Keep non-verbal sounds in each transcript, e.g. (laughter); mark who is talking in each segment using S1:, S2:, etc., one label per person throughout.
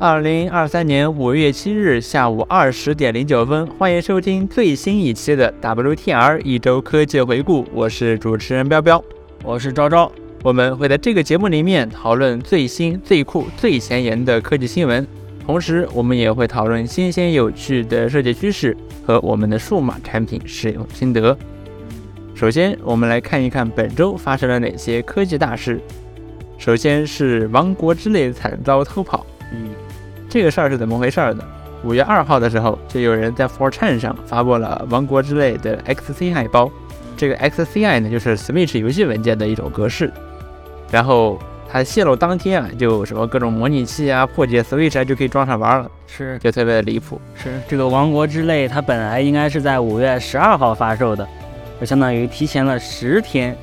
S1: 二零二三年五月七日下午二十点零九分，欢迎收听最新一期的 WTR 一周科技回顾，我是主持人彪彪。
S2: 我是昭昭。
S1: 我们会在这个节目里面讨论最新、最酷、最前沿的科技新闻，同时我们也会讨论新鲜有趣的设计趋势和我们的数码产品使用心得。首先，我们来看一看本周发生了哪些科技大事。首先是《王国之泪》惨遭偷跑，
S2: 嗯，
S1: 这个事儿是怎么回事儿呢？五月二号的时候，就有人在 4chan 上发布了《王国之泪》的 XCI 包，这个 XCI 呢，就是 Switch 游戏文件的一种格式。然后它泄露当天啊，就什么各种模拟器啊、破解 Switch 啊，就可以装上玩了，
S2: 是
S1: 就特别的离谱。
S2: 是，这个《王国之泪》它本来应该是在五月十二号发售的，就相当于提前了十天。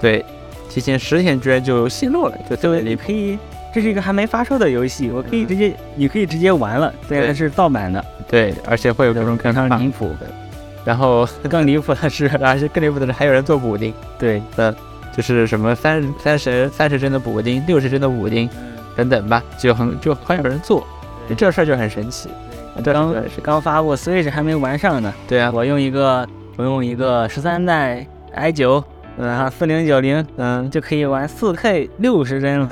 S1: 对，提前十天居然就泄露了，就特别离
S2: 你
S1: 谱。
S2: 可以，这是一个还没发售的游戏，我可以
S1: 嗯
S2: 直接，你可以直接玩了。虽然
S1: 对
S2: 它是盗版的，
S1: 对，啊而且会有各种
S2: 非
S1: 坑
S2: 常离
S1: 上。
S2: 谱。
S1: 然后，
S2: 更离谱的是，
S1: 而且更离谱的是，还有人做补丁，
S2: 对，
S1: 就是什么三三十三十帧的补丁、六十帧的补丁等等吧，就很就很有人做，
S2: 这
S1: 这事儿就很神奇。这
S2: 刚
S1: 对是
S2: 刚发布 Switch 还没玩上呢，
S1: 对啊，
S2: 我用一个我用一个十三代 i 九，然后四零九零
S1: 嗯，
S2: 就可以玩四 K 六
S1: (laughs)
S2: 十帧了。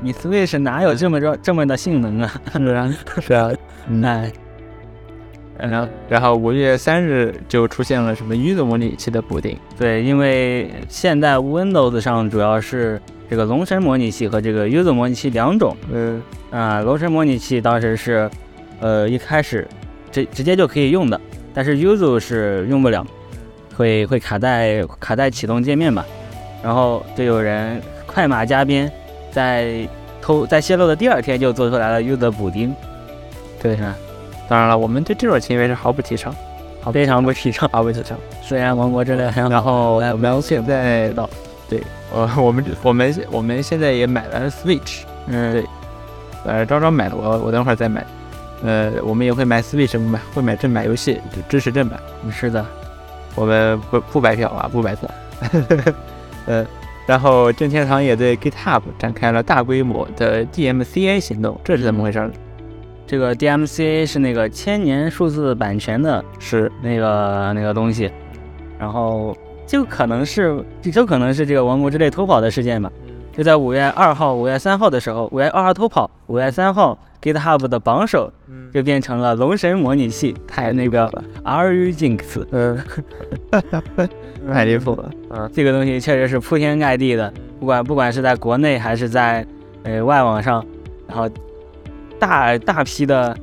S2: 你 Switch 哪有这么着这么的性能啊？
S1: 是啊， (laughs) 是啊，嗯。
S2: 哎，
S1: 然后，然后五月三日就出现了什么鱼的模拟器的补丁，
S2: 对，因为现在 Windows 上主要是这个龙神模拟器和这个 Yuzu 模拟器两种。
S1: 嗯，
S2: 啊、龙神模拟器当时是，呃，一开始直直接就可以用的，但是 Yuzu 是用不了，会会卡在卡在启动界面吧。然后就有人快马加鞭，在偷在泄露的第二天就做出来了 Yuzu 的补丁，
S1: 对
S2: 啊，
S1: 当然了，我们对这种行为是毫不提倡，好
S2: 非常不提倡。
S1: 毫不提倡。
S2: 虽然王国之泪很
S1: 然
S2: 好，
S1: 后
S2: 哎
S1: 我们现在到，对，呃， (laughs) 我们我们我们现在也买了 Switch，
S2: 嗯，
S1: 对呃，昭昭买了，我我等会儿再买，呃，我们也会买 Switch，买会买正版游戏，就支持正版，
S2: 是的，
S1: 我们不不白嫖啊，不白嫖， (laughs) 呃。然后正天堂也对 GitHub 展开了大规模的 DMCA 行动，这是怎么回事呢？
S2: 这个 DMCA 是那个千年数字版权的
S1: 是
S2: 那个那个东西，然后就可能是就可能是这个王国之泪偷跑的事件吧。就在五月二号、五月三号的时候，五月二号偷跑，五月三号 GitHub 的榜首就变成了龙神模拟器
S1: 太
S2: 那个 Rujinx，
S1: 嗯，太离谱了。嗯，
S2: 这个东西确实是铺天盖地的，不管不管是在国内还是在呃外网上，然后大大批的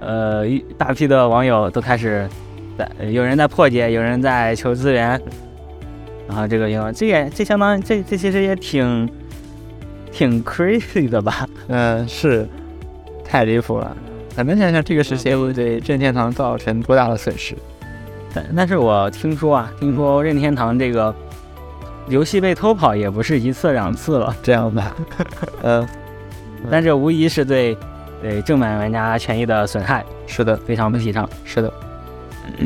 S2: 呃一大批的网友都开始在、呃有人在破解，有人在求资源，然后这个有这也这相当于这这其实也挺挺 crazy 的吧？
S1: 嗯，是太离谱了，很难想象这个事情会对正天堂造成多大的损失。
S2: 但但是我听说啊，听说任天堂这个游戏被偷跑也不是一次两次了。
S1: 这样吧， (laughs) 呃，
S2: 但这无疑是对对正版玩家权益的损害，
S1: 是的，
S2: 非常不提倡。
S1: 是的。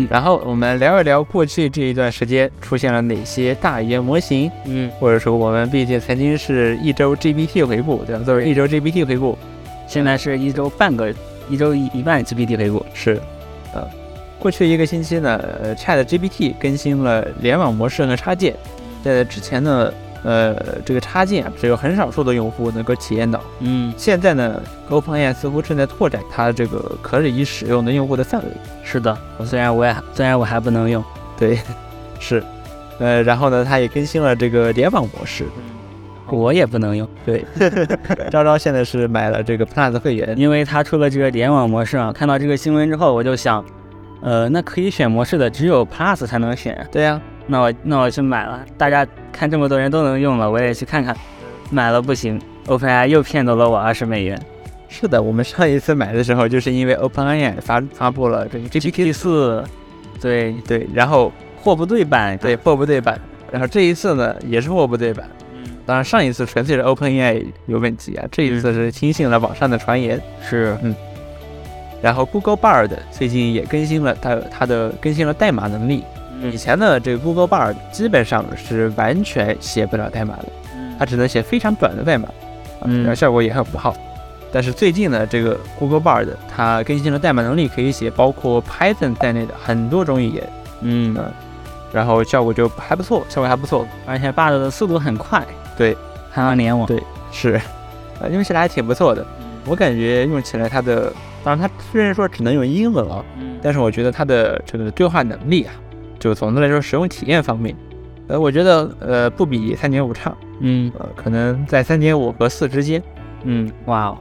S1: 然后我们聊一聊过去这一段时间出现了哪些大语言模型，
S2: 嗯，
S1: 或者说我们毕竟曾经是一周 GPT 回顾，对吧？作为一周 GPT 回顾，
S2: 现在是一周半个，一周一一半 GPT 回顾。
S1: 是，呃，过去一个星期呢，呃，Chat GPT 更新了联网模式和插件，在之前呢，呃，这个插件啊只有很少数的用户能够体验到。
S2: 嗯，
S1: 现在呢，OpenAI 似乎正在拓展它这个可以使用的用户的范围。
S2: 是的，我虽然我也虽然我还不能用，
S1: 对，是，呃，然后呢，它也更新了这个联网模式。
S2: 我也不能用，
S1: 对，昭昭现在是买了这个 Plus 会员。
S2: 因为它出了这个联网模式啊。看到这个新闻之后，我就想，呃，那可以选模式的只有 Plus 才能选，
S1: 对呀、
S2: 那我那我去买了。大家看这么多人都能用了，我也去看看。买了不行，OpenAI 又骗走了我二十美元。
S1: 是的，我们上一次买的时候，就是因为 OpenAI 发发布了这个 GPT
S2: 第四，对，
S1: 对，然后
S2: 货不对版，
S1: 对，货不对版。然后这一次呢，也是货不对版。
S2: 嗯
S1: 当然，上一次纯粹是 OpenAI 有问题啊，这一次是听信了网上的传言。
S2: 是
S1: 然后 Google Bard 最近也更新了它它的更新了代码能力。
S2: 嗯
S1: 以前呢，这个 Google Bard 基本上是完全写不了代码的，它只能写非常短的代码，啊
S2: 嗯
S1: 然后效果也很不好。但是最近呢，这个 Google Bard 它更新了代码能力，可以写包括 Python 在内的很多种语言，
S2: 嗯，
S1: 然后效果就还不错，效果还不错，
S2: 而且 bug 的速度很快，
S1: 对，
S2: 还要连我，
S1: 对是，呃，用起来还挺不错的。我感觉用起来它的，当然它虽然说只能用英文啊，
S2: 嗯
S1: 但是我觉得它的这个对话能力啊，就总的来说使用体验方面，呃，我觉得呃不比三点五差，
S2: 嗯
S1: 呃，可能在三点五和四之间，嗯，
S2: 哇哦，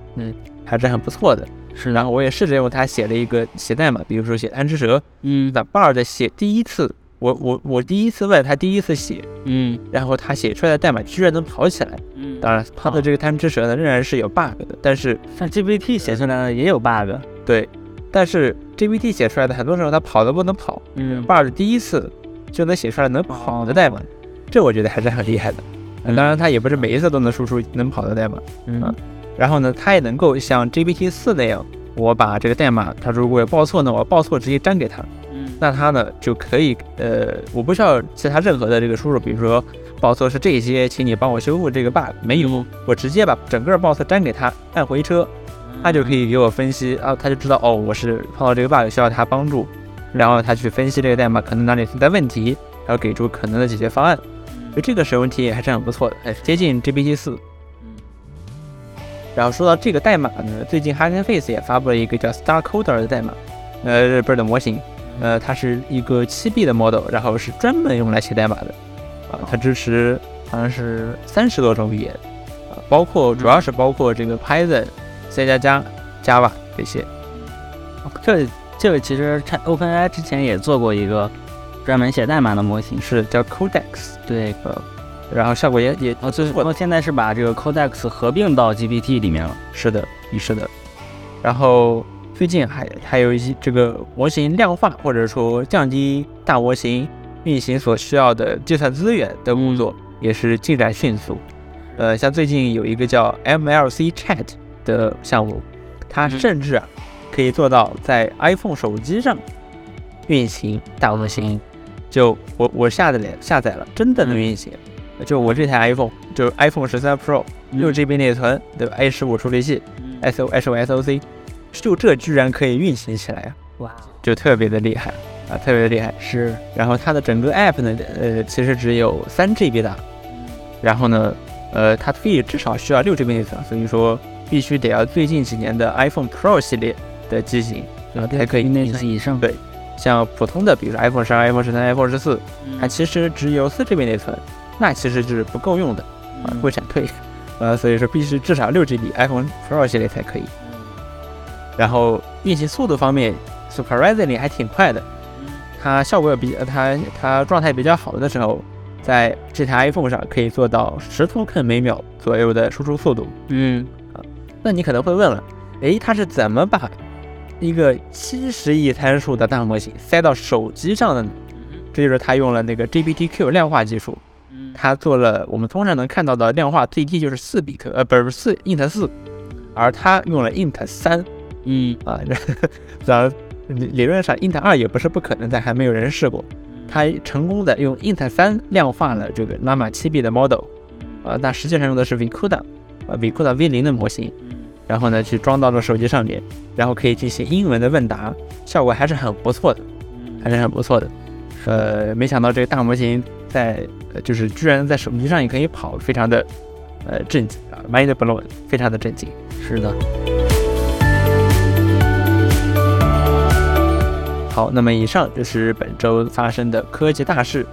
S1: 还是很不错的。
S2: 是
S1: 然
S2: 的，
S1: 后我也试着用它写了一个写代码，比如说写贪吃蛇，
S2: 嗯
S1: 那 Bard 写第一次，我我我第一次问他第一次写，
S2: 嗯
S1: 然后他写出来的代码居然能跑起来。
S2: 嗯，
S1: 当然，他的这个贪吃蛇呢仍然是有 bug 的，但是
S2: 像 GPT 写出来的也有 bug，
S1: 对，但是 GPT 写出来的很多时候它跑都不能跑
S2: 嗯
S1: ，Bard 第一次就能写出来能跑的代码，这我觉得还是很厉害的。嗯当然，它也不是每一次都能输出能跑的代码。
S2: 嗯
S1: 啊然后呢，它也能够像 GPT 四那样，我把这个代码，它如果有报错呢，我报错直接粘给它，
S2: 嗯
S1: 那它呢就可以，呃，我不需要其他任何的这个输入，比如说报错是这些，请你帮我修复这个 bug，没有，我直接把整个报错粘给它，按回车，
S2: 嗯
S1: 它就可以给我分析啊，它就知道哦，我是碰到这个 bug 需要它帮助，然后它去分析这个代码可能哪里存在问题，然后给出可能的解决方案，所
S2: 嗯
S1: 以这个使用体验还是很不错的，哎，接近 GPT 四。然后说到这个代码呢，最近 Hugging Face 也发布了一个叫 Star Coder 的代码，呃，不是的模型，
S2: 嗯
S1: 呃，它是一个七 B 的 model，然后是专门用来写代码的，啊、它支持好像是三十多种语言，啊、包括主要是包括这个 Python、C 加加、Java 这些，
S2: 这这个其实 Chat- OpenAI 之前也做过一个专门写代码的模型，
S1: 是叫 Codex，呃
S2: 对，
S1: 然后效果也也
S2: 哦，就是
S1: 我
S2: 我现在是把这个 Codex 合并到 GPT 里面了，
S1: 是的，是的。然后最近还还有一些这个模型量化，或者说降低大模型运行所需要的计算资源的工作，也是进展迅速。呃，像最近有一个叫 MLC Chat 的项目，它
S2: 嗯
S1: 甚至啊可以做到在 iPhone 手机上运行大模型。就我我下载了下载了，真的能
S2: 嗯嗯
S1: 运行。就我这台 iPhone，就是 iPhone 十三 Pro，六 GB 内存，对吧？A 十五处理器，S O S O S O C，就这居然可以运行起来啊，
S2: 哇，哦
S1: 就特别的厉害啊，特别的厉害。
S2: 是，
S1: 然后它的整个 App 呢，呃，其实只有三 GB 大，
S2: 嗯
S1: 然后呢，呃，它可以至少需要六 GB 内存，所以说必须得要最近几年的 iPhone Pro 系列的机型，然后才可以
S2: 内
S1: 运
S2: 存
S1: 行。
S2: 以上，
S1: 对像普通的，比如说 iPhone 十二、iPhone 十三、iPhone 十四，
S2: 嗯
S1: 它其实只有四 GB 内存，那其实是不够用的。啊，
S2: 嗯
S1: 会闪退， (laughs) 呃，所以说必须至少六 GB iPhone Pro 系列才可以。然后运行速度方面，surprisingly 还挺快的，它效果比呃它它状态比较好的时候，在这台 iPhone 上可以做到十 token 每秒左右的输出速度。
S2: 嗯
S1: 那你可能会问了，诶，它是怎么把一个七十亿参数的大模型塞到手机上的呢？这就是它用了那个 GPTQ 量化技术，
S2: 嗯
S1: 它做了我们通常能看到的量化最低就是四比特，呃，不是四 int 四，而它用了 int 三
S2: 嗯
S1: 啊， (laughs) 然后理理论上 int 二也不是不可能，但还没有人试过。它成功的用 int 三量化了这个 llama 七 B 的 model，啊，那实际上用的是 vicuda，啊 vicuda V 零的模型，然后呢去装到了手机上面，然后可以进行英文的问答，效果还是很不错的。还是很不错的。呃，没想到这个大模型在呃就是居然在手机上也可以跑，非常的呃震惊啊，mind blown，非常的震惊。
S2: 是的，
S1: 好，那么以上就是本周发生的科技大事。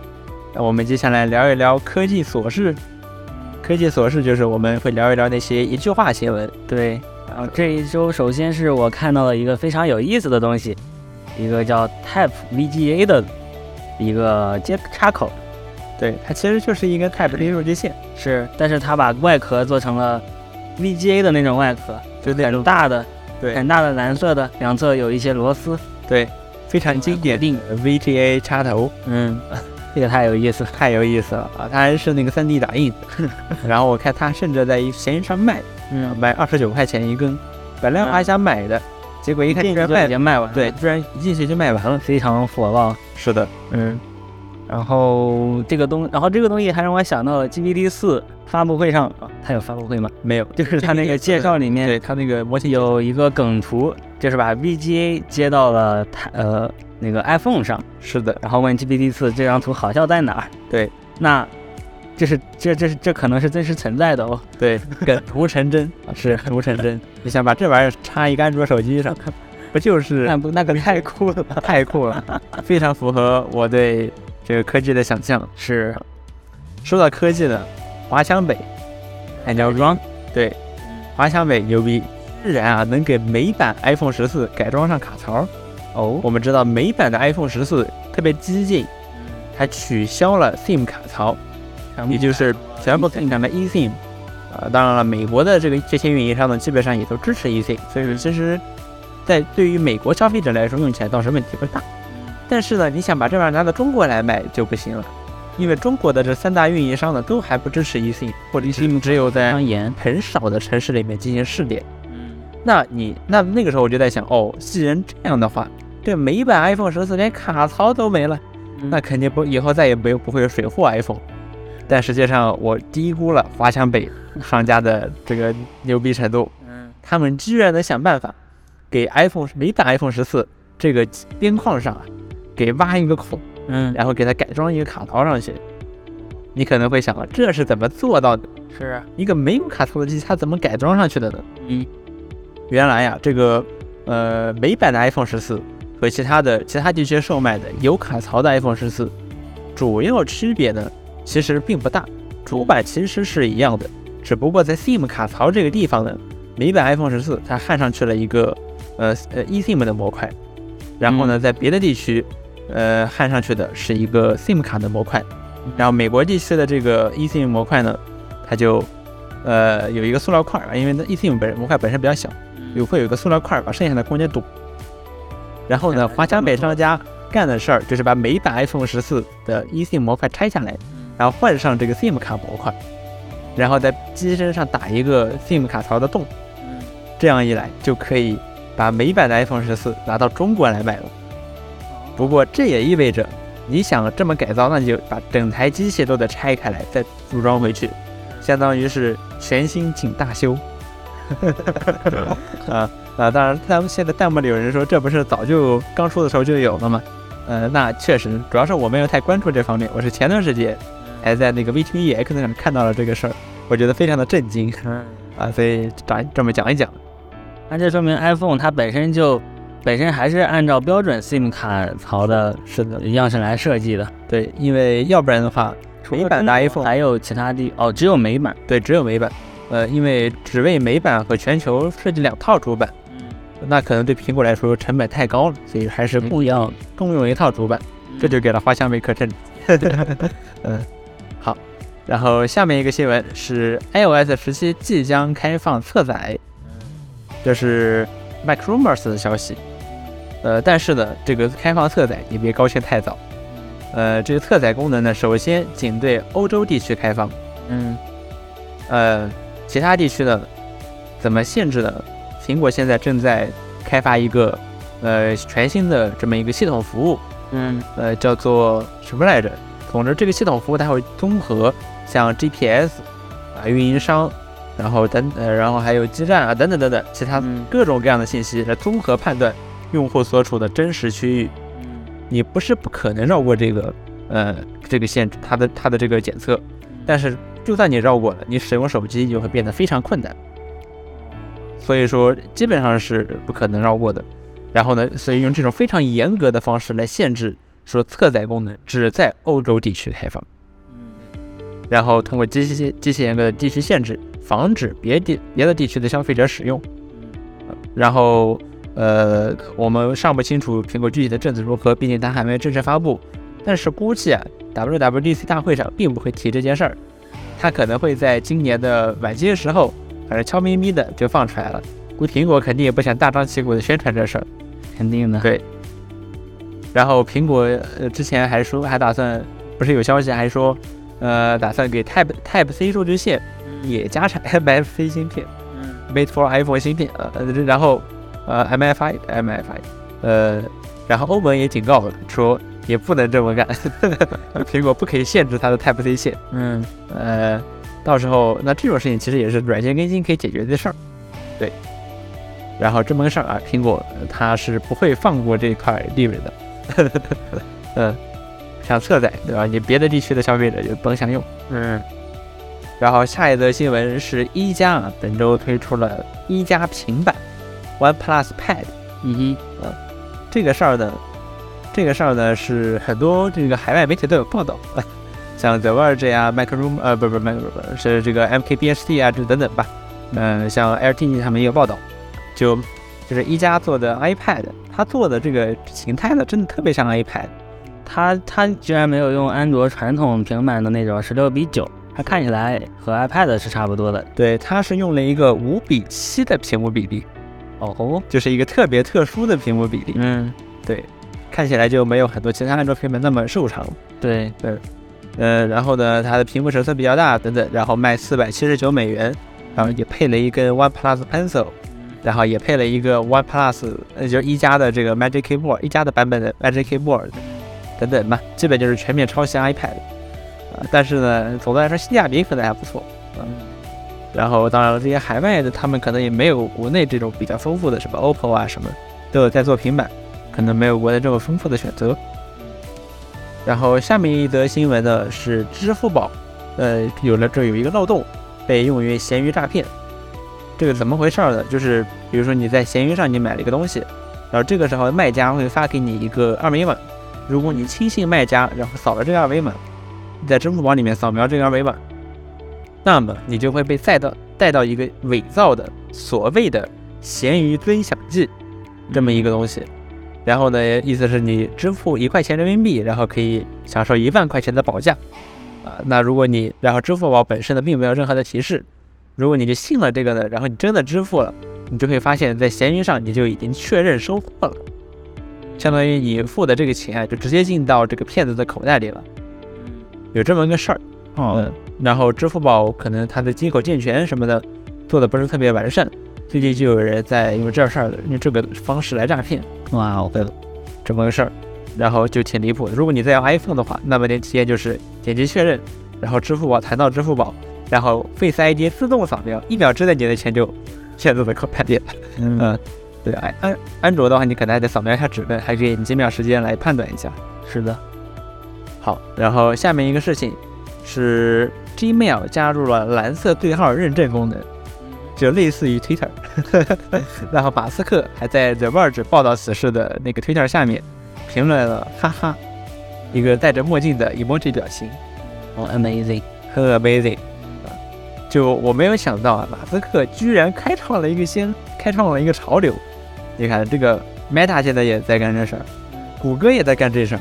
S1: 那我们接下来聊一聊科技琐事。科技琐事就是我们会聊一聊那些一句话新闻。
S2: 对。然后这一周，首先是我看到了一个非常有意思的东西，一个叫 Type VGA 的一个接插口，
S1: 对，它其实就是一根 Type C 手机线，
S2: 是，但是它把外壳做成了 VGA 的那种外壳，
S1: 就那
S2: 很
S1: 种
S2: 大的，
S1: 对
S2: 很大的蓝色的，两侧有一些螺丝，
S1: 对非常经典的 VGA 插头。
S2: 嗯，这个太有意思了，
S1: 太有意思了啊！它还是那个 3D 打印， (laughs) 然后我看它甚至在一闲鱼上卖，
S2: 嗯，
S1: 卖二十九块钱一根，本来我还想买的，结果一看居然
S2: 已
S1: 卖，
S2: 经卖完了，
S1: 对，，居然一进去就卖完了。
S2: 非常火爆，
S1: 是的，
S2: 嗯，然后这个东，然后这个东西还让我想到了 GPT 四发布会上，啊它有发布会吗？
S1: 没有，
S2: 就是它那个介绍里面
S1: 对它那个模型
S2: 有一个梗图，就是把 VGA 接到了它呃那个 iPhone 上，
S1: (laughs) 是的，
S2: 然后问 GPT 四这张图好笑在哪儿？
S1: 对，
S2: 那这是这这是这可能是真实存在的哦。
S1: 对，梗图成真啊是图成真。你想把这玩意儿插一个安卓手机上，不
S2: (laughs)
S1: 就是
S2: 那不那可太酷了吧？
S1: 太酷了？非常符合我对这个科技的想象。
S2: 是，
S1: 说到科技呢，华强北，哎海鸟装，对，华强北牛逼，居然啊能给美版 iPhone 十四改装上卡槽。
S2: 哦，
S1: 我们知道美版的 iPhone 十四特别激进，它取消了 SIM 卡槽，哦也就是全部更改了 eSIM。啊，当然了，美国的这个这些运营商呢，基本上也都支持 eSIM，所以说其实，在对于美国消费者来说，用起来倒是问题不大。但是呢，你想把这玩意儿拿到中国来卖就不行了，因为中国的这三大运营商呢，都还不支持 eSIM，或者 eSIM 只有在
S2: 非常严。
S1: 很少的城市里面进行试点。那你那那个时候我就在想，哦，既然这样的话，这美版 iPhone 十四连卡槽都没了，那肯定不以后再也没有不会有水货 iPhone。但实际上，我低估了华强北商家的这个牛逼程度，
S2: 嗯
S1: 他们居然能想办法给 iPhone 美版 iPhone 十四这个边框上啊，给挖一个孔，
S2: 嗯，
S1: 然后给它改装一个卡槽上去。你可能会想了，这是怎么做到的？
S2: 是，啊
S1: 一个没有卡槽的机器，它怎么改装上去的呢？
S2: 嗯，
S1: 原来呀，这个呃美版的 iPhone 十四和其他的其他地区售卖的有卡槽的 iPhone 十四，主要区别呢其实并不大，主板其实是一样的，只不过在 SIM 卡槽这个地方呢，美版 iPhone 十四它焊上去了一个呃呃 eSIM 的模块，然后呢在别的地区呃焊上去的是一个 SIM 卡的模块，然后美国地区的这个 eSIM 模块呢，它就呃有一个塑料块儿，因为那 eSIM 本模块本身比较小。
S2: 嗯
S1: 有会有一个塑料块儿把剩下的空间堵。然后呢，
S2: 看来
S1: 华强北
S2: 这么
S1: 商家干的事儿就是把美版 iPhone 十四的 eSIM 模块拆下来，
S2: 嗯
S1: 然后换上这个 SIM 卡模块，然后在机身上打一个 SIM 卡槽的洞，
S2: 嗯
S1: 这样一来就可以把美版的 iPhone 十四拿到中国来卖了。不过这也意味着，你想这么改造，那你就把整台机器都得拆开来，再组装回去，相当于是全新请大修。啊 (laughs) 啊！当然，弹幕现在弹幕里有人说，这不是早就刚出的时候就有了吗？呃，那确实，主要是我没有太关注这方面，我是前段时间还在那个 VTEX 上看到了这个事儿，我觉得非常的震惊啊，所以讲这么讲一讲，
S2: 那这说明 iPhone 它本身就本身还是按照标准 SIM 卡槽的
S1: 是的，
S2: 样式来设计的。
S1: 对，因为要不然的话，美版的 iPhone
S2: 还有其他地哦，只有美版。
S1: 对，只有美版。呃，因为只为美版和全球设计两套主板，那可能对苹果来说成本太高了，所以还是
S2: 嗯
S1: 共用、共用一套主板，这就给了花香贝克挣。嗯，好。然后下面一个新闻是 iOS 十七即将开放侧载，这是 MacRumors 的消息。呃，但是呢，这个开放侧载你别高兴太早。呃，这个侧载功能呢，首先仅对欧洲地区开放。
S2: 嗯
S1: 呃，其他地区的怎么限制呢？苹果现在正在开发一个呃全新的这么一个系统服务，
S2: 嗯
S1: 呃，叫做什么来着？总之，这个系统服务它会综合像 GPS 啊、运营商，然后等呃，然后还有基站啊等等等等其他
S2: 嗯
S1: 各种各样的信息来综合判断用户所处的真实区域。
S2: 嗯
S1: 你不是不可能绕过这个呃这个限制，它的它的这个检测，但是就算你绕过了，你使用手机就会变得非常困难。所以说，基本上是不可能绕过的。然后呢，所以用这种非常严格的方式来限制说侧载功能只在欧洲地区开放，
S2: 嗯
S1: 然后通过机器机器严格的地区限制，防止别地别的地区的消费者使用。然后呃，我们尚不清楚苹果具体的政策如何，毕竟它还没正式发布。但是估计啊，WWDC 大会上并不会提这件事儿，它可能会在今年的晚些时候，反正悄咪咪的就放出来了。估苹果肯定也不想大张旗鼓的宣传这事儿。
S2: 肯定的。
S1: 然后苹果呃之前还说还打算，不是有消息还说，呃，打算给 Type Type C 数据线也加产 (laughs) MFC 芯片。Made for iPhone 芯片，呃，呃然后呃 MFI MFI，呃，然后欧盟也警告了，说 (laughs) 也不能这么干，苹果不可以限制它的 Type C 线，
S2: 嗯
S1: 呃，到时候那这种事情其实也是软件更新可以解决的事儿，对。然后这门事儿啊，苹果呃它是不会放过这块利润的， (laughs) 嗯，想侧载对吧？你别的地区的消费者就甭想用。
S2: 嗯
S1: 然后下一则新闻是一加啊，本周推出了一加平板 OnePlus Pad
S2: 嗯
S1: 这个事儿呢，这个事儿呢是很多这个海外媒体都有报道，像 The Verge 呀、Microom 呃不不不不不是这个 MKBHD 啊这等等吧，嗯、像 LTE 他们也有报道，就就是一加做的 iPad，它做的这个形态呢真的特别像 iPad，
S2: 哼，它它居然没有用安卓传统平板的那种十六比九，它看起来和 iPad 是差不多的。
S1: 对，它是用了一个五比七的屏幕比例，
S2: 哦吼，
S1: 就是一个特别特殊的屏幕比例，
S2: 嗯，
S1: 看起来就没有很多其他安卓平板那么瘦长。
S2: 对，
S1: 呃，然后呢，它的屏幕尺寸比较大等等，然后卖四百七十九美元，然后也配了一根 OnePlus Pencil，然后也配了一个 OnePlus，呃，就是一加的这个 Magic Keyboard，一加的版本的 Magic Keyboard 等等吧，基本就是全面抄袭 iPad。啊、但是呢，总的来说性价比可能还不错。啊然后当然了，这些海外的他们可能也没有国内这种比较丰富的什么 OPPO 啊什么都有在做平板，可能没有国内这么丰富的选择。然后下面一则新闻呢是支付宝，呃，有了这有一个漏洞，被用于闲鱼诈骗。这个怎么回事儿呢？就是比如说你在闲鱼上你买了一个东西，然后这个时候卖家会发给你一个二维码，如果你轻信卖家，然后扫了这个二维码，你在支付宝里面扫描这个二维码，那么你就会被带到带到一个伪造的所谓的闲鱼尊享记这么一个东西。然后呢，意思是你支付一块钱人民币，然后可以享受一万块钱的保价。啊，那如果你然后支付宝本身呢并没有任何的提示，如果你就信了这个呢，然后你真的支付了，你就会发现，在闲鱼上你就已经确认收货了，相当于你付的这个钱啊就直接进到这个骗子的口袋里了，有这么个事儿。
S2: 哦，
S1: 然后支付宝可能它的接口健全什么的做的不是特别完善，最近就有人在用这事儿的用这个方式来诈骗
S2: 哇哦，
S1: 这么个事儿，然后就挺离谱的。如果你在用 iPhone 的话，那么你体验就是点击确认，然后支付宝弹到支付宝，然后 Face ID 自动扫描，一秒之内你的钱就骗子的口袋里了。
S2: 嗯，
S1: 对，安安安卓的话，你可能还得扫描一下指纹，还给你几秒时间来判断一下。
S2: 是的，
S1: 好，然后下面一个事情是 Gmail 加入了蓝色对号认证功能，就类似于 Twitter。然后马斯克还在 The Verge 报道此事的那个 Twitter 下面评论了“哈哈”，一个戴着墨镜的 emoji 表情，
S2: 哦，amazing，
S1: 很 amazing。啊就我没有想到啊，马斯克居然开创了一个先开创了一个潮流。你看这个 Meta 现在也在干这事儿，谷歌也在干这事儿，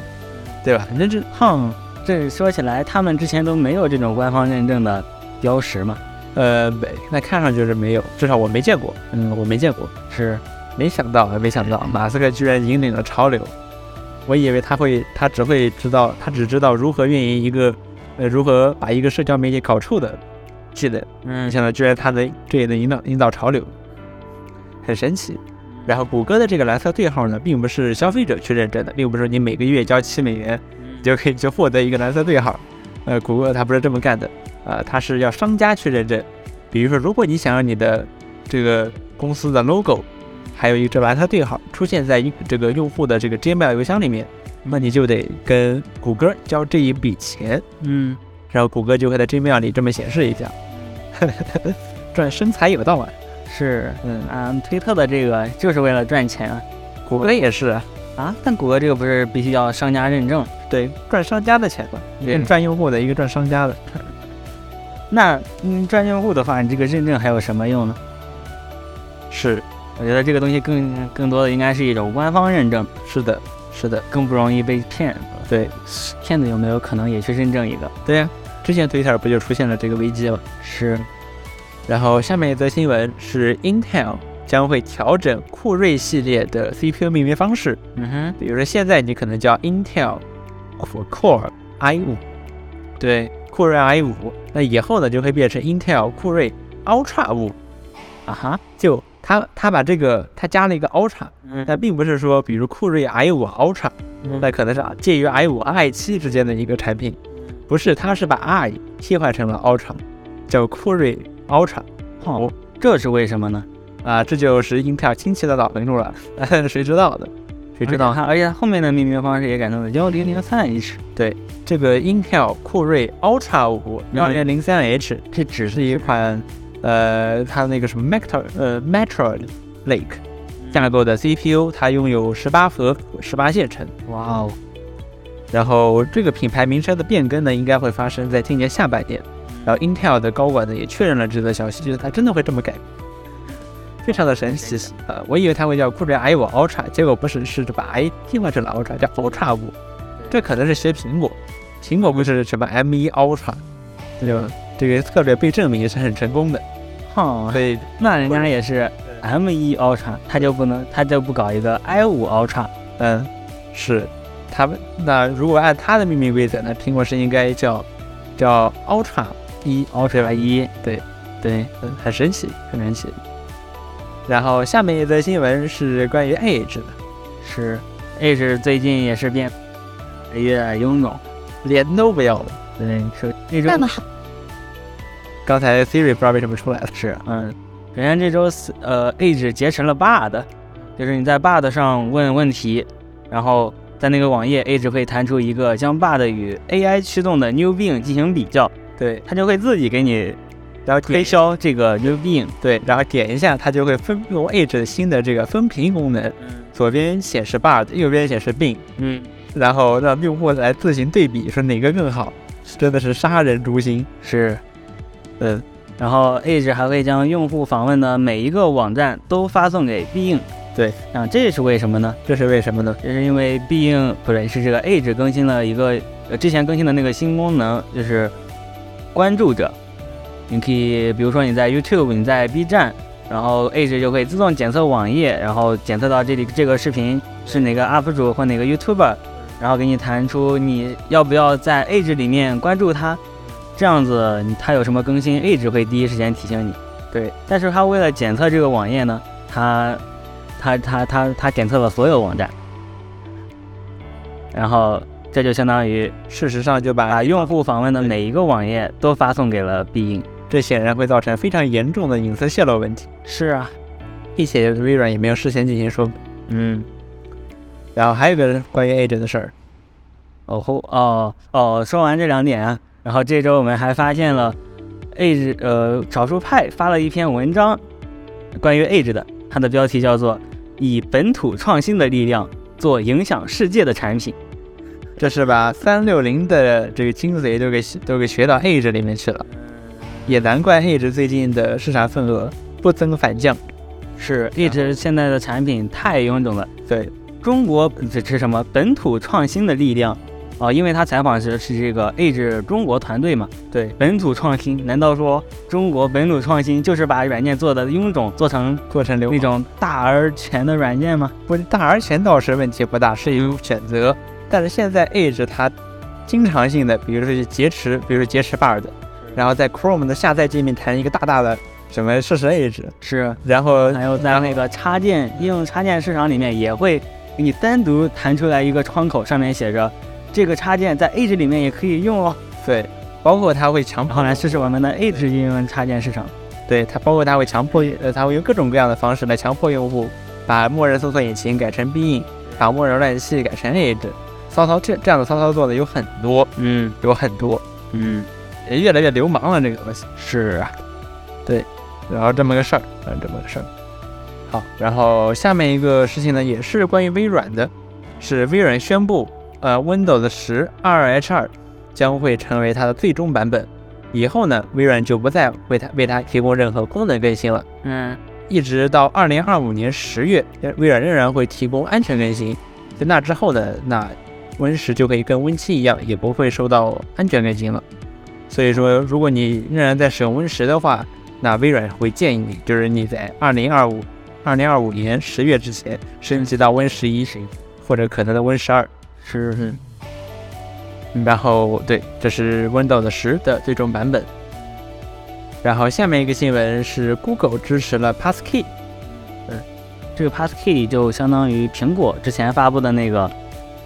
S1: 对吧？那这
S2: 哼，这说起来，他们之前都没有这种官方认证的标识嘛？
S1: 呃，没，那看上去是没有，至少我没见过。嗯，我没见过，
S2: 是，
S1: 没想到，没想到，马斯克居然引领了潮流。我以为他会，他只会知道，他只知道如何运营一个，呃，如何把一个社交媒体搞臭的技能，没
S2: 嗯，
S1: 想到居然他能，这也能引导引导潮流，很神奇。然后谷歌的这个蓝色对号呢，并不是消费者去认证的，并不是说你每个月交七美元，
S2: 嗯
S1: 你就可以去获得一个蓝色对号。呃，谷歌它不是这么干的，呃，它是要商家去认证。比如说，如果你想让你的这个公司的 logo，还有一个蓝色对号出现在一这个用户的这个 Gmail 邮箱里面，那你就得跟谷歌交这一笔钱，
S2: 嗯，
S1: 然后谷歌就会在 Gmail 里这么显示一下。 (laughs) 赚生财有道啊，
S2: 是，
S1: 嗯，
S2: 啊，推特的这个就是为了赚钱啊，
S1: 谷歌也是啊，
S2: 啊，但谷歌这个不是必须要商家认证？
S1: 对，赚商家的钱嘛，一个赚用户的，一个赚商家的。
S2: 那嗯，赚用户的话，你这个认证还有什么用呢？
S1: 是
S2: 我觉得这个东西更更多的应该是一种官方认证，
S1: 是的，是的，
S2: 更不容易被骗。
S1: 对
S2: 骗子有没有可能也去认证一个？
S1: 对呀、之前 Twitter 不就出现了这个危机吗？
S2: 是，
S1: 然后下面一则新闻是 Intel 将会调整酷睿系列的 CPU 命名方式，
S2: 嗯哼，
S1: 比如说现在你可能叫 Intel Core i 5对，酷睿 i 5那以后呢就会变成 Intel 酷睿 Ultra 5
S2: 啊哈，
S1: 就它它把这个它加了一个 Ultra，
S2: 嗯
S1: 但并不是说比如酷睿 i 5 Ultra，那可能是啊介于 i 5 i 7之间的一个产品，不是，它是把 i 替换成了 Ultra，叫酷睿 Ultra
S2: 哦，这是为什么呢？
S1: 啊，这就是英特尔亲戚的老横路了， (laughs) 谁知道的？谁知道？
S2: 它，而且它后面的命名方式也改成了幺零零三 H，
S1: 这个 Intel 酷睿 Ultra 五幺零零三 H，这只是一款呃，它那个什么 Metro 呃 Metro Lake 架构的 CPU，它拥有十八核十八线程。
S2: 哇哦，
S1: 然后这个品牌名称的变更呢，应该会发生在今年下半年。然后 Intel 的高管呢也确认了这则消息，就是它真的会这么改，非常的神奇。呃，我以为它会叫酷睿 i 五 Ultra，结果不是，是把 i 替换成了 Ultra，叫 Ultra 五。这可能是学苹果，苹果不是什么 M 一 Ultra，这就这个策略被证明是很成功的。
S2: 哈，
S1: 所以
S2: 那人家也是 M 一 Ultra，他就不能，他就不搞一个 i 五 Ultra，
S1: 嗯，是他们那如果按他的命名规则，那苹果是应该叫叫 Ultra 一 Ultra 一，对对，嗯很神奇，很神奇。然后下面一则新闻是关于 Edge 的，
S2: 是 H 最近也是变得越来越臃肿，
S1: 连都不要了。
S2: 对，是这周
S1: 刚才 Siri 不知道为什么出来了，
S2: 是，嗯，首先这周四呃，Edge 结成了 Bard，就是你在 Bard 上问问题，然后在那个网页 Edge 会弹出一个将 Bard 与 AI 驱动的 New Bing 进行比较，
S1: 对，
S2: 它就会自己给你
S1: 然后
S2: 推
S1: 点
S2: 销这个 New Bing。
S1: 对，然后点一下，它就会分用 Edge 的新的这个分屏功能，左边显示 Bard，右边显示 Bing，
S2: 嗯，
S1: 然后让用户来自行对比，说哪个更好，真的是杀人诛心。
S2: 是，
S1: 嗯，
S2: 然后 Edge 还会将用户访问的每一个网站都发送给 Bing。
S1: 对，
S2: 啊，这是为什么呢？
S1: 这是为什么呢？
S2: 这是因为 Bing 不是是这个 Edge 更新了一个呃之前更新的那个新功能，就是关注者。你可以比如说你在 YouTube，你在 B 站，然后 Edge 就会自动检测网页，然后检测到这里这个视频是哪个 UP 主或哪个 YouTuber，然后给你弹出你要不要在 Edge 里面关注他。这样子你它有什么更新，Edge 会第一时间提醒你。
S1: 对，
S2: 但是它为了检测这个网页呢，它它它它它检测了所有网站。然后这就相当于
S1: 事实上就把
S2: 把用户访问的每一个网页都发送给了 Bing。
S1: 这显然会造成非常严重的隐私泄露问题，
S2: 是啊，
S1: 并且微软也没有事先进行说明。
S2: 嗯，
S1: 然后还有一个关于 Edge 的事儿，
S2: 哦吼，哦哦，说完这两点啊，然后这周我们还发现了 Edge，呃，少数派发了一篇文章，关于 Edge 的，它的标题叫做《以本土创新的力量做影响世界的产品》。
S1: 这是把三六零的这个精髓都给都给学到 Edge 里面去了，也难怪 Edge 最近的市场份额不增反降。
S2: 是 Edge 现在的产品太臃肿了。
S1: 对，
S2: 中国这是什么本土创新的力量啊、因为他采访时是这个 Edge 中国团队嘛，
S1: 对，
S2: 本土创新，难道说中国本土创新就是把软件做的臃肿，做成
S1: 做成流
S2: 那种大而全的软件吗？
S1: 不大而全倒是问题不大，是一种选择。但是现在 Edge 它经常性的，比如说去劫持，比如说劫持 Bard，然后在 Chrome 的下载界面弹一个大大的什么试试 Edge，
S2: 是，
S1: 然后
S2: 还有在那个插件应用插件市场里面也会给你单独弹出来一个窗口，上面写着这个插件在 Edge 里面也可以用哦。
S1: 对，包括它会强
S2: 然
S1: 迫
S2: 后来试试我们的 Edge 应用插件市场。
S1: 对它，包括它会强迫呃，它会用各种各样的方式来强迫用户把默认搜索引擎改成 Bing，把默认浏览器改成 Edge，骚操这这样的骚操作呢有很多，
S2: 嗯
S1: 有很多，
S2: 嗯，
S1: 也越来越流氓了这个东西。
S2: 是啊，
S1: 然后这么个事儿，嗯，这么个事儿。好，然后下面一个事情呢，也是关于微软的，是微软宣布，呃，Windows 十二 H 二将会成为它的最终版本。以后呢，微软就不再为它为它提供任何功能更新了，
S2: 嗯
S1: 一直到二零二五年十月，微软仍然会提供安全更新。在那之后呢，那 Win 十就可以跟 Win 七一样，也不会收到安全更新了。所以说，如果你仍然在使用 Win 十的话，那微软会建议你，就是你在二零二五二零二五年十月之前升级到 Win 十一，或者可能的 Win 十二。
S2: 是
S1: 嗯然后对，这是 Windows 十的最终版本。然后下面一个新闻是 Google 支持了 Passkey。
S2: 这个 Passkey 就相当于苹果之前发布的那个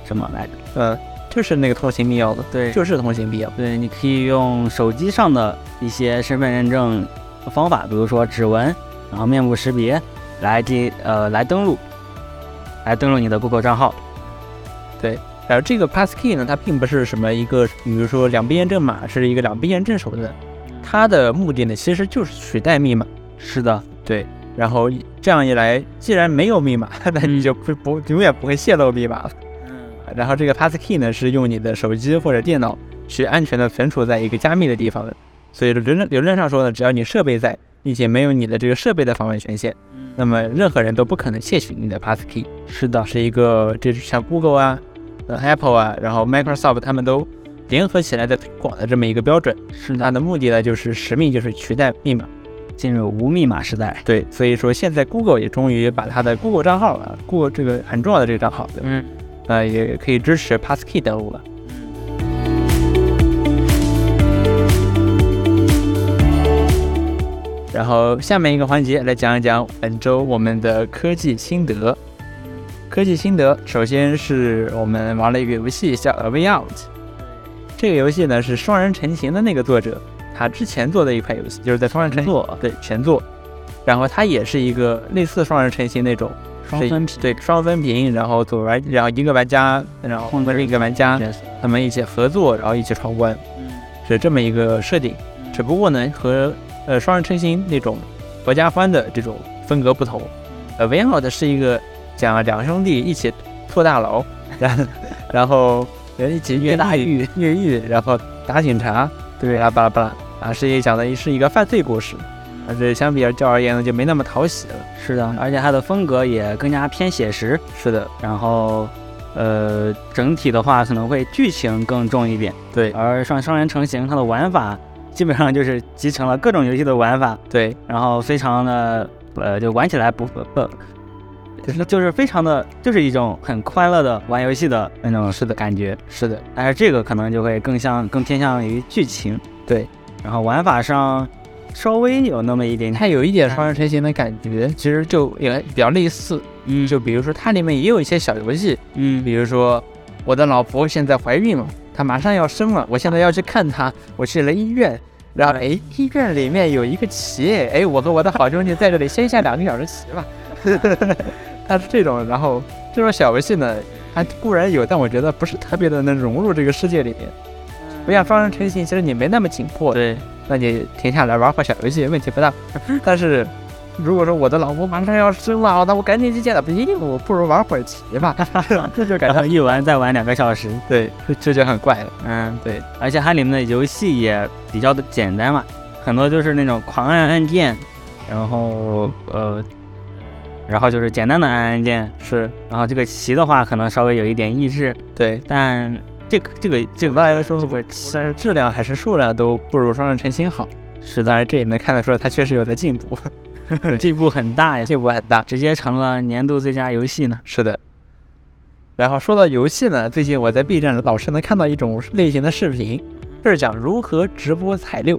S2: 什么来着？
S1: 呃，就就是那个通行必要的，
S2: 对
S1: 就是通行必要。
S2: 对，你可以用手机上的一些身份认证方法，比如说指纹，然后面部识别来这呃来登录，来登录你的 Google 账号。
S1: 然后这个 passkey 呢，它并不是什么一个，比如说两边验证码是一个两边验证手段，它的目的呢其实就是取代密码。
S2: 是的，
S1: 对，然后这样一来，既然没有密码， (laughs) 那你就不不永远不会泄露密码了。然后这个 passkey 呢，是用你的手机或者电脑去安全的存储在一个加密的地方的。所以理论理论上说呢，只要你设备在，并且没有你的这个设备的访问权限，那么任何人都不可能窃取你的 passkey。
S2: 是的，
S1: 是一个这是像 Google 啊、呃 Apple 啊，然后 Microsoft 他们都联合起来在推广的这么一个标准。
S2: 是
S1: 它
S2: 的，
S1: 的目的呢，就是使命就是取代密码。
S2: 进入无密码时代。
S1: 对，所以说现在 Google 也终于把它的 Google 账号啊，Google 这个很重要的这个账号，对吧
S2: 嗯，
S1: 呃，也可以支持 Passkey 登录了。然后下面一个环节来讲一讲本周我们的科技心得。科技心得，首先是我们玩了一个游戏叫《A Way Out》。这个游戏呢是《双人成行》的那个作者，他之前做的一款游戏，就是在《双人成行》对前作，然后它也是一个类似《双人成行》那种
S2: 双分屏
S1: 对双分屏，然后左玩，然后一个玩家，然后
S2: 控制
S1: 另一个玩家，
S2: 角色
S1: 他们一起合作，然后一起闯关，
S2: 嗯
S1: 是这么一个设定。只不过呢，和呃双人成行那种合家欢的这种风格不同，呃 v i 的是一个讲两兄弟一起拓大牢，然后然后人一起越大狱 (laughs) 越狱，然后打警察，对，巴拉巴拉巴拉啊，是一讲的是一个犯罪故事，但是相比较而言呢，就没那么讨喜了。
S2: 是的，而且它的风格也更加偏写实。
S1: 是的，
S2: 然后，呃，整体的话可能会剧情更重一点，
S1: 对
S2: 而像双人成行，它的玩法基本上就是集成了各种游戏的玩法，
S1: 对，
S2: 然后非常的呃，就玩起来不不不，就是就是非常的就是一种很快乐的玩游戏的那种
S1: 是的
S2: 感觉，
S1: 是的，
S2: 但是这个可能就会更像更偏向于剧情，
S1: 对，
S2: 然后玩法上稍微有那么一点，
S1: 它有一点双人成行的感觉，其实就也比较类似。
S2: 嗯
S1: 就比如说它里面也有一些小游戏，
S2: 嗯
S1: 比如说我的老婆现在怀孕了，她马上要生了，我现在要去看她，我去了医院，然后哎，医院里面有一个棋，哎，我和我的好兄弟在这里先下两个小时棋吧， (laughs) 它是这种，然后这种小游戏呢，它固然有，但我觉得不是特别的能融入这个世界里面，不像双人成行，其实你没那么紧迫，
S2: 对，
S1: 那你停下来玩会小游戏问题不大。但是如果说我的老婆马上要生了，那我赶紧去见她，不行，我不如玩会儿棋吧，
S2: (laughs)
S1: 这就感
S2: 然
S1: 觉
S2: 后一玩再玩两个小时，
S1: 对，这这就很怪了。
S2: 嗯。
S1: 对
S2: 而且它里面的游戏也比较的简单嘛，很多就是那种狂按按键，然后呃，然后就是简单的按按键，
S1: 是，
S2: 然后这个棋的话可能稍微有一点益智，
S1: 对，
S2: 但这个这个这
S1: 整
S2: 个
S1: 个来说，
S2: 这
S1: 不
S2: 个
S1: 但是质量还是数量都不如双人成行好。
S2: 是
S1: 当
S2: 的
S1: 然，这也能看得出来，它确实有在进步， (laughs)
S2: 进步很大呀，
S1: 进步很大。
S2: 直接成了年度最佳游戏呢。
S1: 是的。然后说到游戏呢，最近我在 B 站老是能看到一种类型的视频，就是讲如何直播踩六。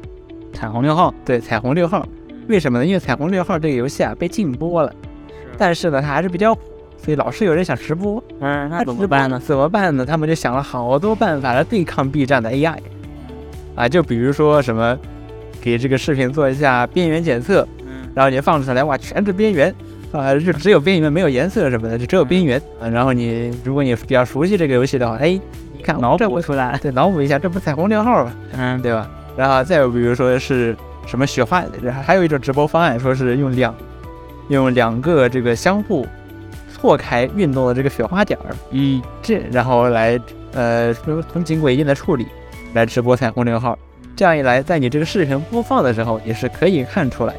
S2: 彩虹六号
S1: 对，彩虹六号，为什么呢？因为彩虹六号这个游戏啊被禁播了，但是呢它还是比较火，所以老是有人想直播，
S2: 嗯，那怎
S1: 直播
S2: 么办呢？
S1: 怎么办 (laughs) 呢？他们就想了好多办法来对抗 B 站的 AI，啊，就比如说什么给这个视频做一下边缘检测，
S2: 嗯，
S1: 然后你放出来，哇，全是边缘。啊，就只有边缘没有颜色什么的，就只有边缘。啊，然后你如果你比较熟悉这个游戏的话，哎，你看
S2: 脑
S1: 这
S2: 补
S1: 我
S2: 出来，
S1: 对脑补一下，这不彩虹六号吗？
S2: 嗯，
S1: 对吧？然后再有比如说是什么雪花，然后还有一种直播方案，说是用两用两个这个相互错开运动的这个雪花点儿，
S2: 嗯，
S1: 这然后来呃从经过一定的处理来直播彩虹六号。这样一来，在你这个视频播放的时候，也是可以看出来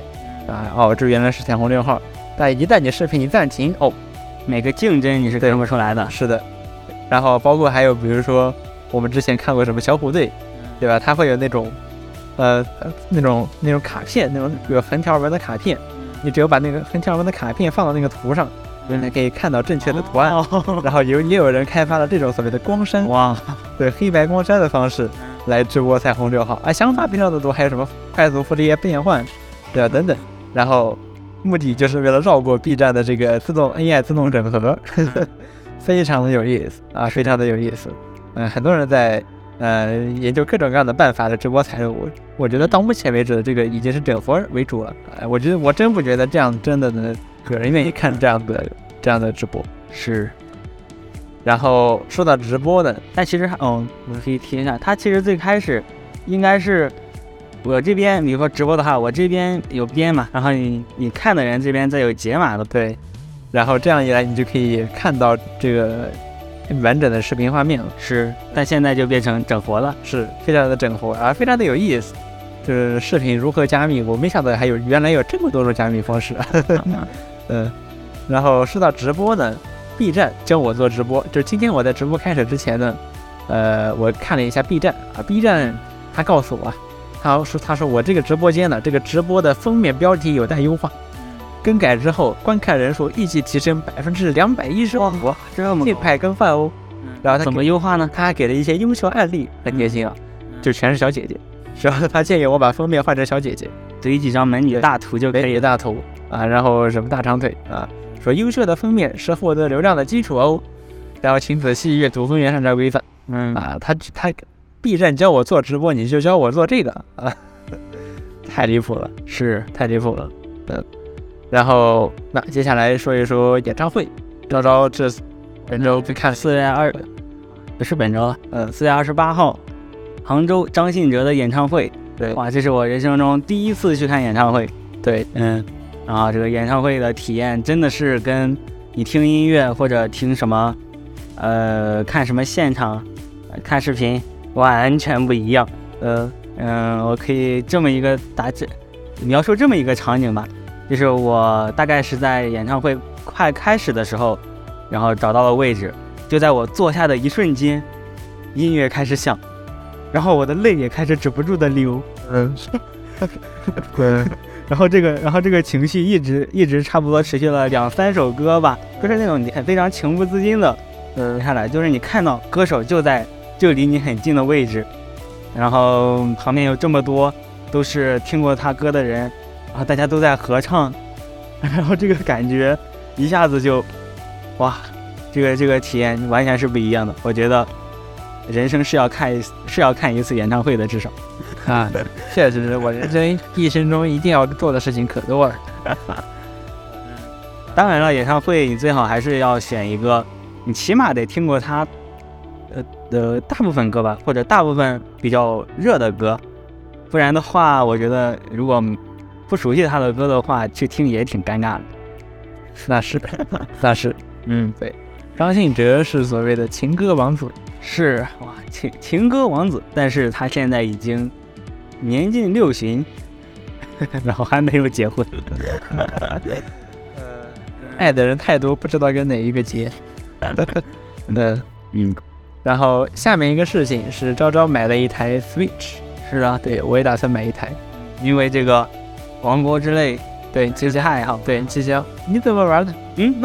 S1: 啊哦，这原来是彩虹六号。但一旦你视频一暂停，哦，
S2: 每个竞争你是
S1: 对
S2: 看不出来的，
S1: 是的，然后包括还有比如说我们之前看过什么小虎队，对吧？它会有那种，呃，那种那种卡片，那种有横条纹的卡片，你只有把那个横条纹的卡片放到那个图上，你才可以看到正确的图案。
S2: 哦
S1: 然后有也有人开发了这种所谓的光山，
S2: (laughs) 哇，
S1: 对黑白光山的方式来直播彩虹六号啊，想法非常的多，还有什么快速复利变换，对吧？等等，然后目的就是为了绕过 B 站的这 (laughs) 个自动 AI 自动整合，非常的有意思啊，非常的有意思。嗯，很多人在呃研究各种各样的办法来直播财务。我觉得到目前为止，这个已经是整活为主了。哎，我觉得我真不觉得这样真的能有人愿意看这样的这样的直播。
S2: 是，
S1: 然后说到直播呢，
S2: 但其实还嗯，我可以提一下，他其实最开始应该是我这边，比如说直播的话，我这边有编码，然后你你看的人这边再有解码的，
S1: 对，然后这样一来，你就可以看到这个完整的视频画面了。
S2: 是，但现在就变成整活了，
S1: 是非常的整活啊，非常的有意思。就是视频如何加密，我没想到还有原来有这么多种加密方式。 (laughs) 嗯，然后说到直播呢，B 站教我做直播，就是今天我在直播开始之前呢，呃，我看了一下 B 站啊，B 站他告诉我啊，他说他说我这个直播间呢，这个直播的封面标题有待优化，更改之后观看人数预计提升百分之两百一十五，
S2: 这么
S1: 这派更饭哦。然后他
S2: 怎么
S1: 给
S2: 优化呢？
S1: 他还给了一些优秀案例，很贴心啊，
S2: 嗯
S1: 就全是小姐姐。然后他建议我把封面换成小姐姐，
S2: 怼几张美女大图就可
S1: 美
S2: 以
S1: 女
S2: 了。
S1: 大头啊，然后什么大长腿啊，说优秀的封面是获得流量的基础哦。然后请仔细阅读封面上的规范
S2: 嗯，
S1: 啊，他他 B 站教我做直播，你就教我做这个啊，太离谱了，
S2: 是，
S1: 太离谱了。嗯，然后那接下来说一说演唱会，昭昭这本周去看
S2: 四月二，不是本周了，呃
S1: 嗯
S2: 四月二十八号，杭州张信哲的演唱会。
S1: 对
S2: 哇，这是我人生中第一次去看演唱会。
S1: 对
S2: 嗯，然后这个演唱会的体验真的是跟你听音乐或者听什么，呃，看什么现场、呃看视频完全不一样。
S1: 嗯
S2: 嗯、我可以这么一个打这描述这么一个场景吧，就是我大概是在演唱会快开始的时候，然后找到了位置，就在我坐下的一瞬间，音乐开始响，然后我的泪也开始止不住的流。
S1: (laughs) 嗯，对。
S2: 然后这个，然后这个情绪一直一直差不多持续了两三首歌吧，就是那种你很非常情不自禁的，呃，下来就是你看到歌手就在就离你很近的位置，然后旁边有这么多都是听过他歌的人，然后大家都在合唱， (laughs) 然后这个感觉一下子就，哇，这个这个体验完全是不一样的。我觉得人生是要看一是要看一次演唱会的，至少
S1: 啊，确实是我人生一生中一定要做的事情可多了。
S2: 当然了，演唱会你最好还是要选一个，你起码得听过他，呃的大部分歌吧，或者大部分比较热的歌，不然的话，我觉得如果不熟悉他的歌的话，去听也挺尴 (laughs) 尬的。
S1: 那是，那是，
S2: 嗯，
S1: 张信哲是所谓的情歌王子，
S2: 是哇，情情歌王子，但是他现在已经年近六旬， (laughs) 然后还没有结婚。
S1: 爱的人太多，不知道跟哪一个结。 (laughs) 嗯，
S2: 嗯，
S1: 然后下面一个事情是昭昭买了一台 Switch，
S2: 是啊，
S1: 对我也打算买一台。
S2: 因为这个《王国之泪》
S1: 对，
S2: 这
S1: 其
S2: 些
S1: 实
S2: 爱好，
S1: 对，即将你怎么玩的？
S2: (laughs) 嗯，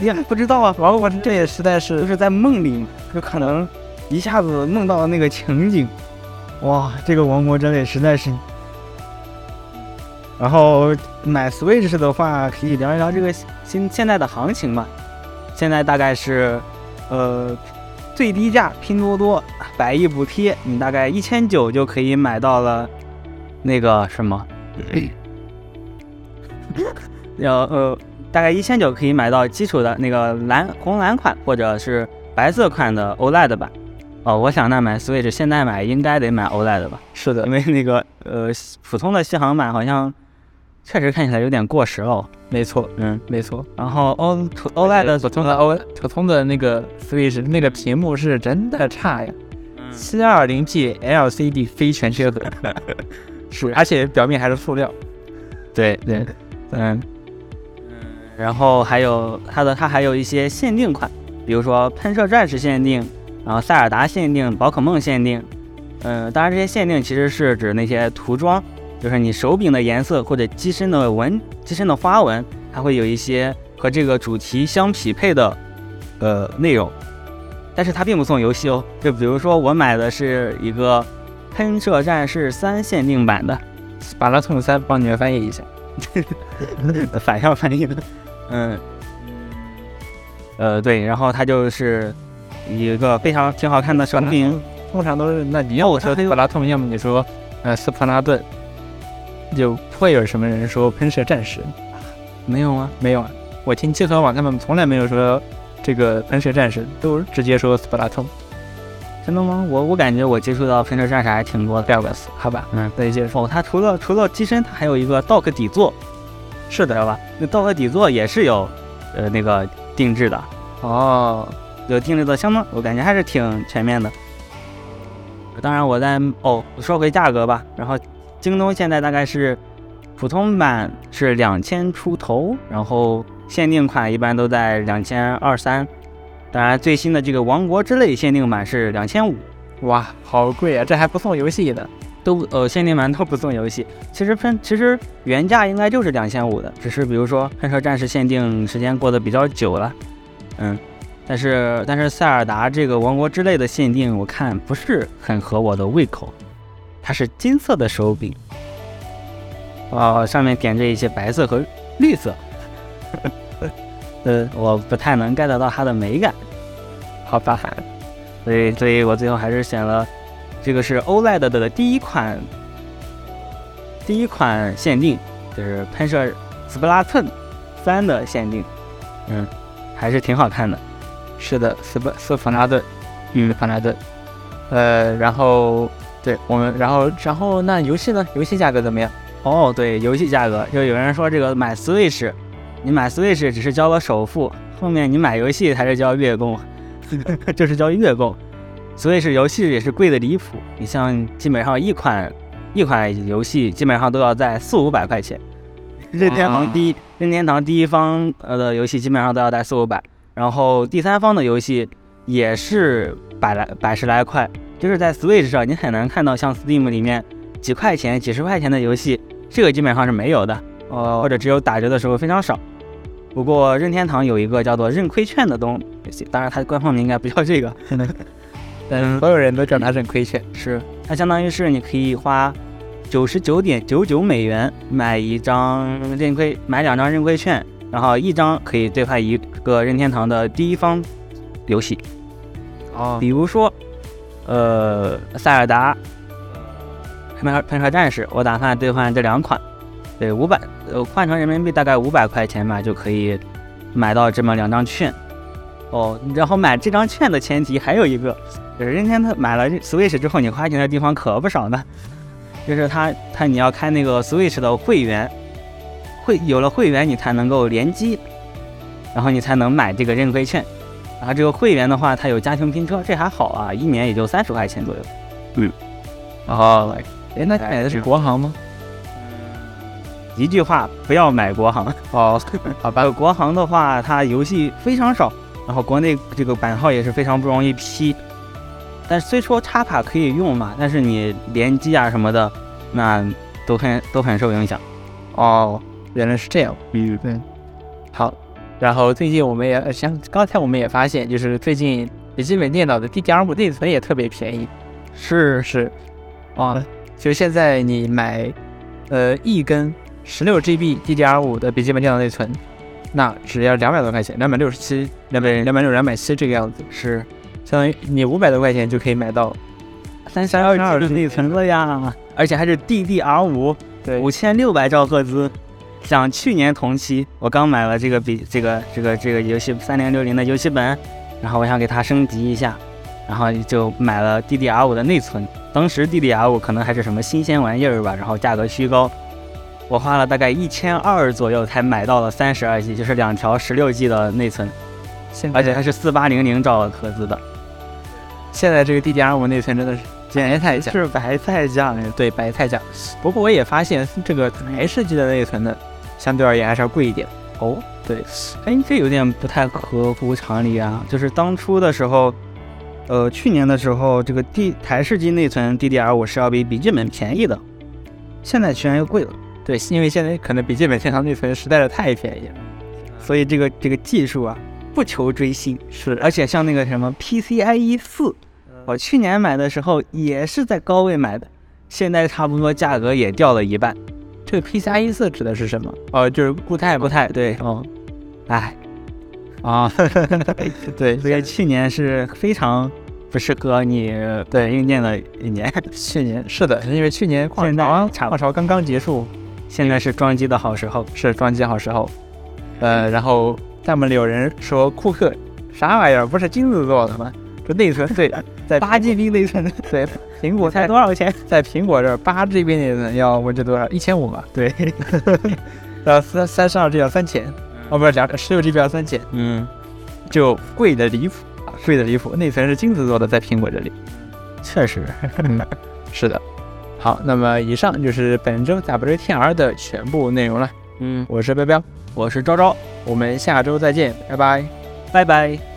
S2: 呀，不知
S1: (laughs)
S2: 道啊，
S1: 玩我这也实在，
S2: 就是是在梦里，就可能一下子梦到那个情景，哇，这个王国真的实在是。然后买 Switch 的话，可以聊一聊这个现现在的行情吧。现在大概是，呃，最低价拼多多百亿补贴，你大概一千九就可以买到了那个什么，要呃，大概一千九可以买到基础的那个蓝红蓝款或者是白色款的 OLED 版。哦，我想那买 Switch 现在买应该得买 OLED 吧， (laughs)
S1: 是的
S2: 因，为那个呃普通的续航版好像确实看起来有点过时了哦。
S1: 没错，
S2: 嗯，
S1: 没错。
S2: 然后哦 O E OLED
S1: 普通的 O 普通的那个 Switch 那个屏幕是真的差呀，
S2: 嗯
S1: 七二零 P LCD 非全贴合，
S2: (laughs)
S1: 是，而且表面还是塑料。
S2: 对对，嗯，然后还有它的它还有一些限定款，比如说喷射战士限定，然后塞尔达限定、宝可梦限定，嗯，当然这些限定其实是指那些涂装，就是你手柄的颜色或者机身的纹、机身的花纹，它会有一些和这个主题相匹配的呃内容，但是它并不送游戏哦。就比如说我买的是一个喷射战士三限定版的，
S1: 把它从三帮你们翻译一下。
S2: 反向翻译的，嗯，呃，对，然后它就是一个非常挺好看的手柄，
S1: 通常都是，那你要我说斯普拉通，要么你说呃斯普拉顿，就不会有什么人说喷射战士，
S2: 没有吗？
S1: 没有啊。我听集合网他们从来没有说这个喷射战士，都直接说斯普拉通。
S2: 真的吗？我我感觉我接触到喷射战士还挺多的。
S1: 不要怪死，好吧，
S2: 嗯，
S1: 再见。
S2: 哦，它除了除了机身，它还有一个 dock 底座，
S1: 是
S2: 知道
S1: 的，
S2: 吧？那 dock 底座也是有呃那个定制的，
S1: 哦，
S2: 有定制的相当，我感觉还是挺全面的。当然，我在哦说回价格吧，然后京东现在大概是普通版是两千出头，然后限定款一般都在两千二三，当然最新的这个《王国之泪》限定版是两千五，
S1: 哇，好贵啊，这还不送游戏呢。
S2: 都呃限定版都不送游戏。 (laughs) 其实喷其实原价应该就是两千五的，只是比如说喷射战士限定时间过得比较久了，嗯，但是但是塞尔达这个王国之泪的限定我看不是很合我的胃口，它是金色的手柄，哦，上面点缀一些白色和绿色， (laughs) 呃，我不太能 get 到它的美感。
S1: 好吧，
S2: 所以，所以我最后还是选了这个是 OLED 的第一款第一款限定，就是喷射 Splatoon 三的限定，嗯，还是挺好看的。
S1: 是的，斯本斯普拉顿，嗯，普拉顿，呃，然后对我们，然后然后那游戏呢？游戏价格怎么样？
S2: 哦，对，游戏价格，就有人说这个买 Switch，你买 Switch 只是交了首付，后面你买游戏才是交月供， (laughs) 这是交月供。Switch 游戏也是贵的离谱，你像基本上一款一款游戏基本上都要在四五百块钱，任天堂第一任天堂第一方呃的游戏基本上都要在四五百，然后第三方的游戏也是百来百十来块，就是在 Switch 上你很难看到像 Steam 里面几块钱、几十块钱的游戏，这个基本上是没有的，呃，或者只有打折的时候非常少。不过任天堂有一个叫做认亏券的东西，当然它官方名应该不叫这个，
S1: 嗯，所有人都叫它认亏券。
S2: 是它相当于是你可以花九十九点九九美元买一张认亏，买两张认亏券，然后一张可以兑换一个任天堂的第一方游戏，
S1: 哦
S2: 比如说，呃，塞尔达、喷射喷射战士，我打算兑换这两款，对，五百，呃，换成人民币大概五百块钱吧，就可以买到这么两张券。哦，然后买这张券的前提还有一个，就是任天堂买了这 Switch 之后，你花钱的地方可不少呢。就是它它你要开那个 Switch 的会员，会有了会员你才能够联机，然后你才能买这个认亏券。然后这个会员的话，它有家庭拼车，这还好啊，一年也就三十块钱左右。
S1: 哦，哎，那你买的是
S2: 哎
S1: 国行吗？
S2: 一句话，不要买国行。
S1: 哦，好吧
S2: 呃，，国行的话，它游戏非常少，然后国内这个版号也是非常不容易批。但是虽说插卡可以用嘛，但是你联机啊什么的，那都很都很受影响。
S1: 哦，原来是这样。嗯，对。好，然后最近我们也呃像刚才我们也发现，就是最近笔记本电脑的 DDR 五内存也特别便宜。是是，啊，就现在你买呃一根十六 GB DDR 五的笔记本电脑内存，那只要两百多块钱，两百六十七、两百两百六、两百七这个样子，
S2: 是
S1: 相当于你五百多块钱就可以买到。
S2: 三十二
S1: 32
S2: G 内存了呀，而且还是 DDR 五
S1: 对
S2: 五千六百兆赫兹。像去年同期，我刚买了这个笔，这个这个这个游戏三零六零的游戏本，然后我想给它升级一下，然后就买了 DDR 五的内存。当时 DDR 五可能还是什么新鲜玩意儿吧，然后价格虚高，我花了大概一千二左右才买到了三十二 G，就是两条十六 G 的内存，
S1: 现
S2: 而且还是四八零零兆赫兹的，
S1: 现在这个 DDR 五内存真的是便宜太假了。
S2: 是白菜价呀。
S1: 对白菜价。不过我也发现这个
S2: 嗯
S1: 台式机的内存呢，相对而言还是要贵一点。
S2: 哦，对，哎，这有点不太合乎常理啊。就是当初的时候，呃，去年的时候，这个 D 台式机内存 DDR 五是要比笔记本便宜的，现在居然又贵了。
S1: 对，因为现在可能笔记本电脑内存实在是太便宜了。
S2: 所以这个这个技术啊，不求追星是，嗯而且像那个什么 PCIe E 四，我去年买的时候也是在高位买的，现在差不多价格也掉了一半。
S1: 这个 PCIe 四指的是什么？哦、就是固态
S2: 不
S1: 嘛。
S2: 太对，
S1: 哦，
S2: 哎， (laughs) 啊，
S1: 对，
S2: 所以去年是非常不适合你对硬件的一年。
S1: 去年是的，因为去年矿
S2: 现在
S1: 潮
S2: 差不
S1: 矿潮刚刚结束，
S2: 现在是装机的好时候，
S1: 是装机好时候。呃，然后弹幕里有人说库克啥玩意儿，不是金子做的吗？这内存
S2: (laughs)
S1: 对，在
S2: 八 GB 内存，
S1: (laughs) 对苹果
S2: 我才
S1: 在
S2: 多少钱？
S1: 在苹果这儿八 GB 内存要我这多少？一千五嘛，
S2: (laughs)
S1: (laughs)
S2: 对，
S1: 然后三三十二 G 要三千，哦不是两十六 GB 要三千，
S2: 嗯，
S1: 就贵的离谱，啊贵的离谱。内存是金子做的，在苹果这里。
S2: 确实，
S1: 是的。好，那么以上就是本周 WTR 的全部内容了。
S2: 嗯，
S1: 我是彪彪，
S2: 我是昭昭，
S1: 我们下周再见，拜拜。
S2: 拜拜。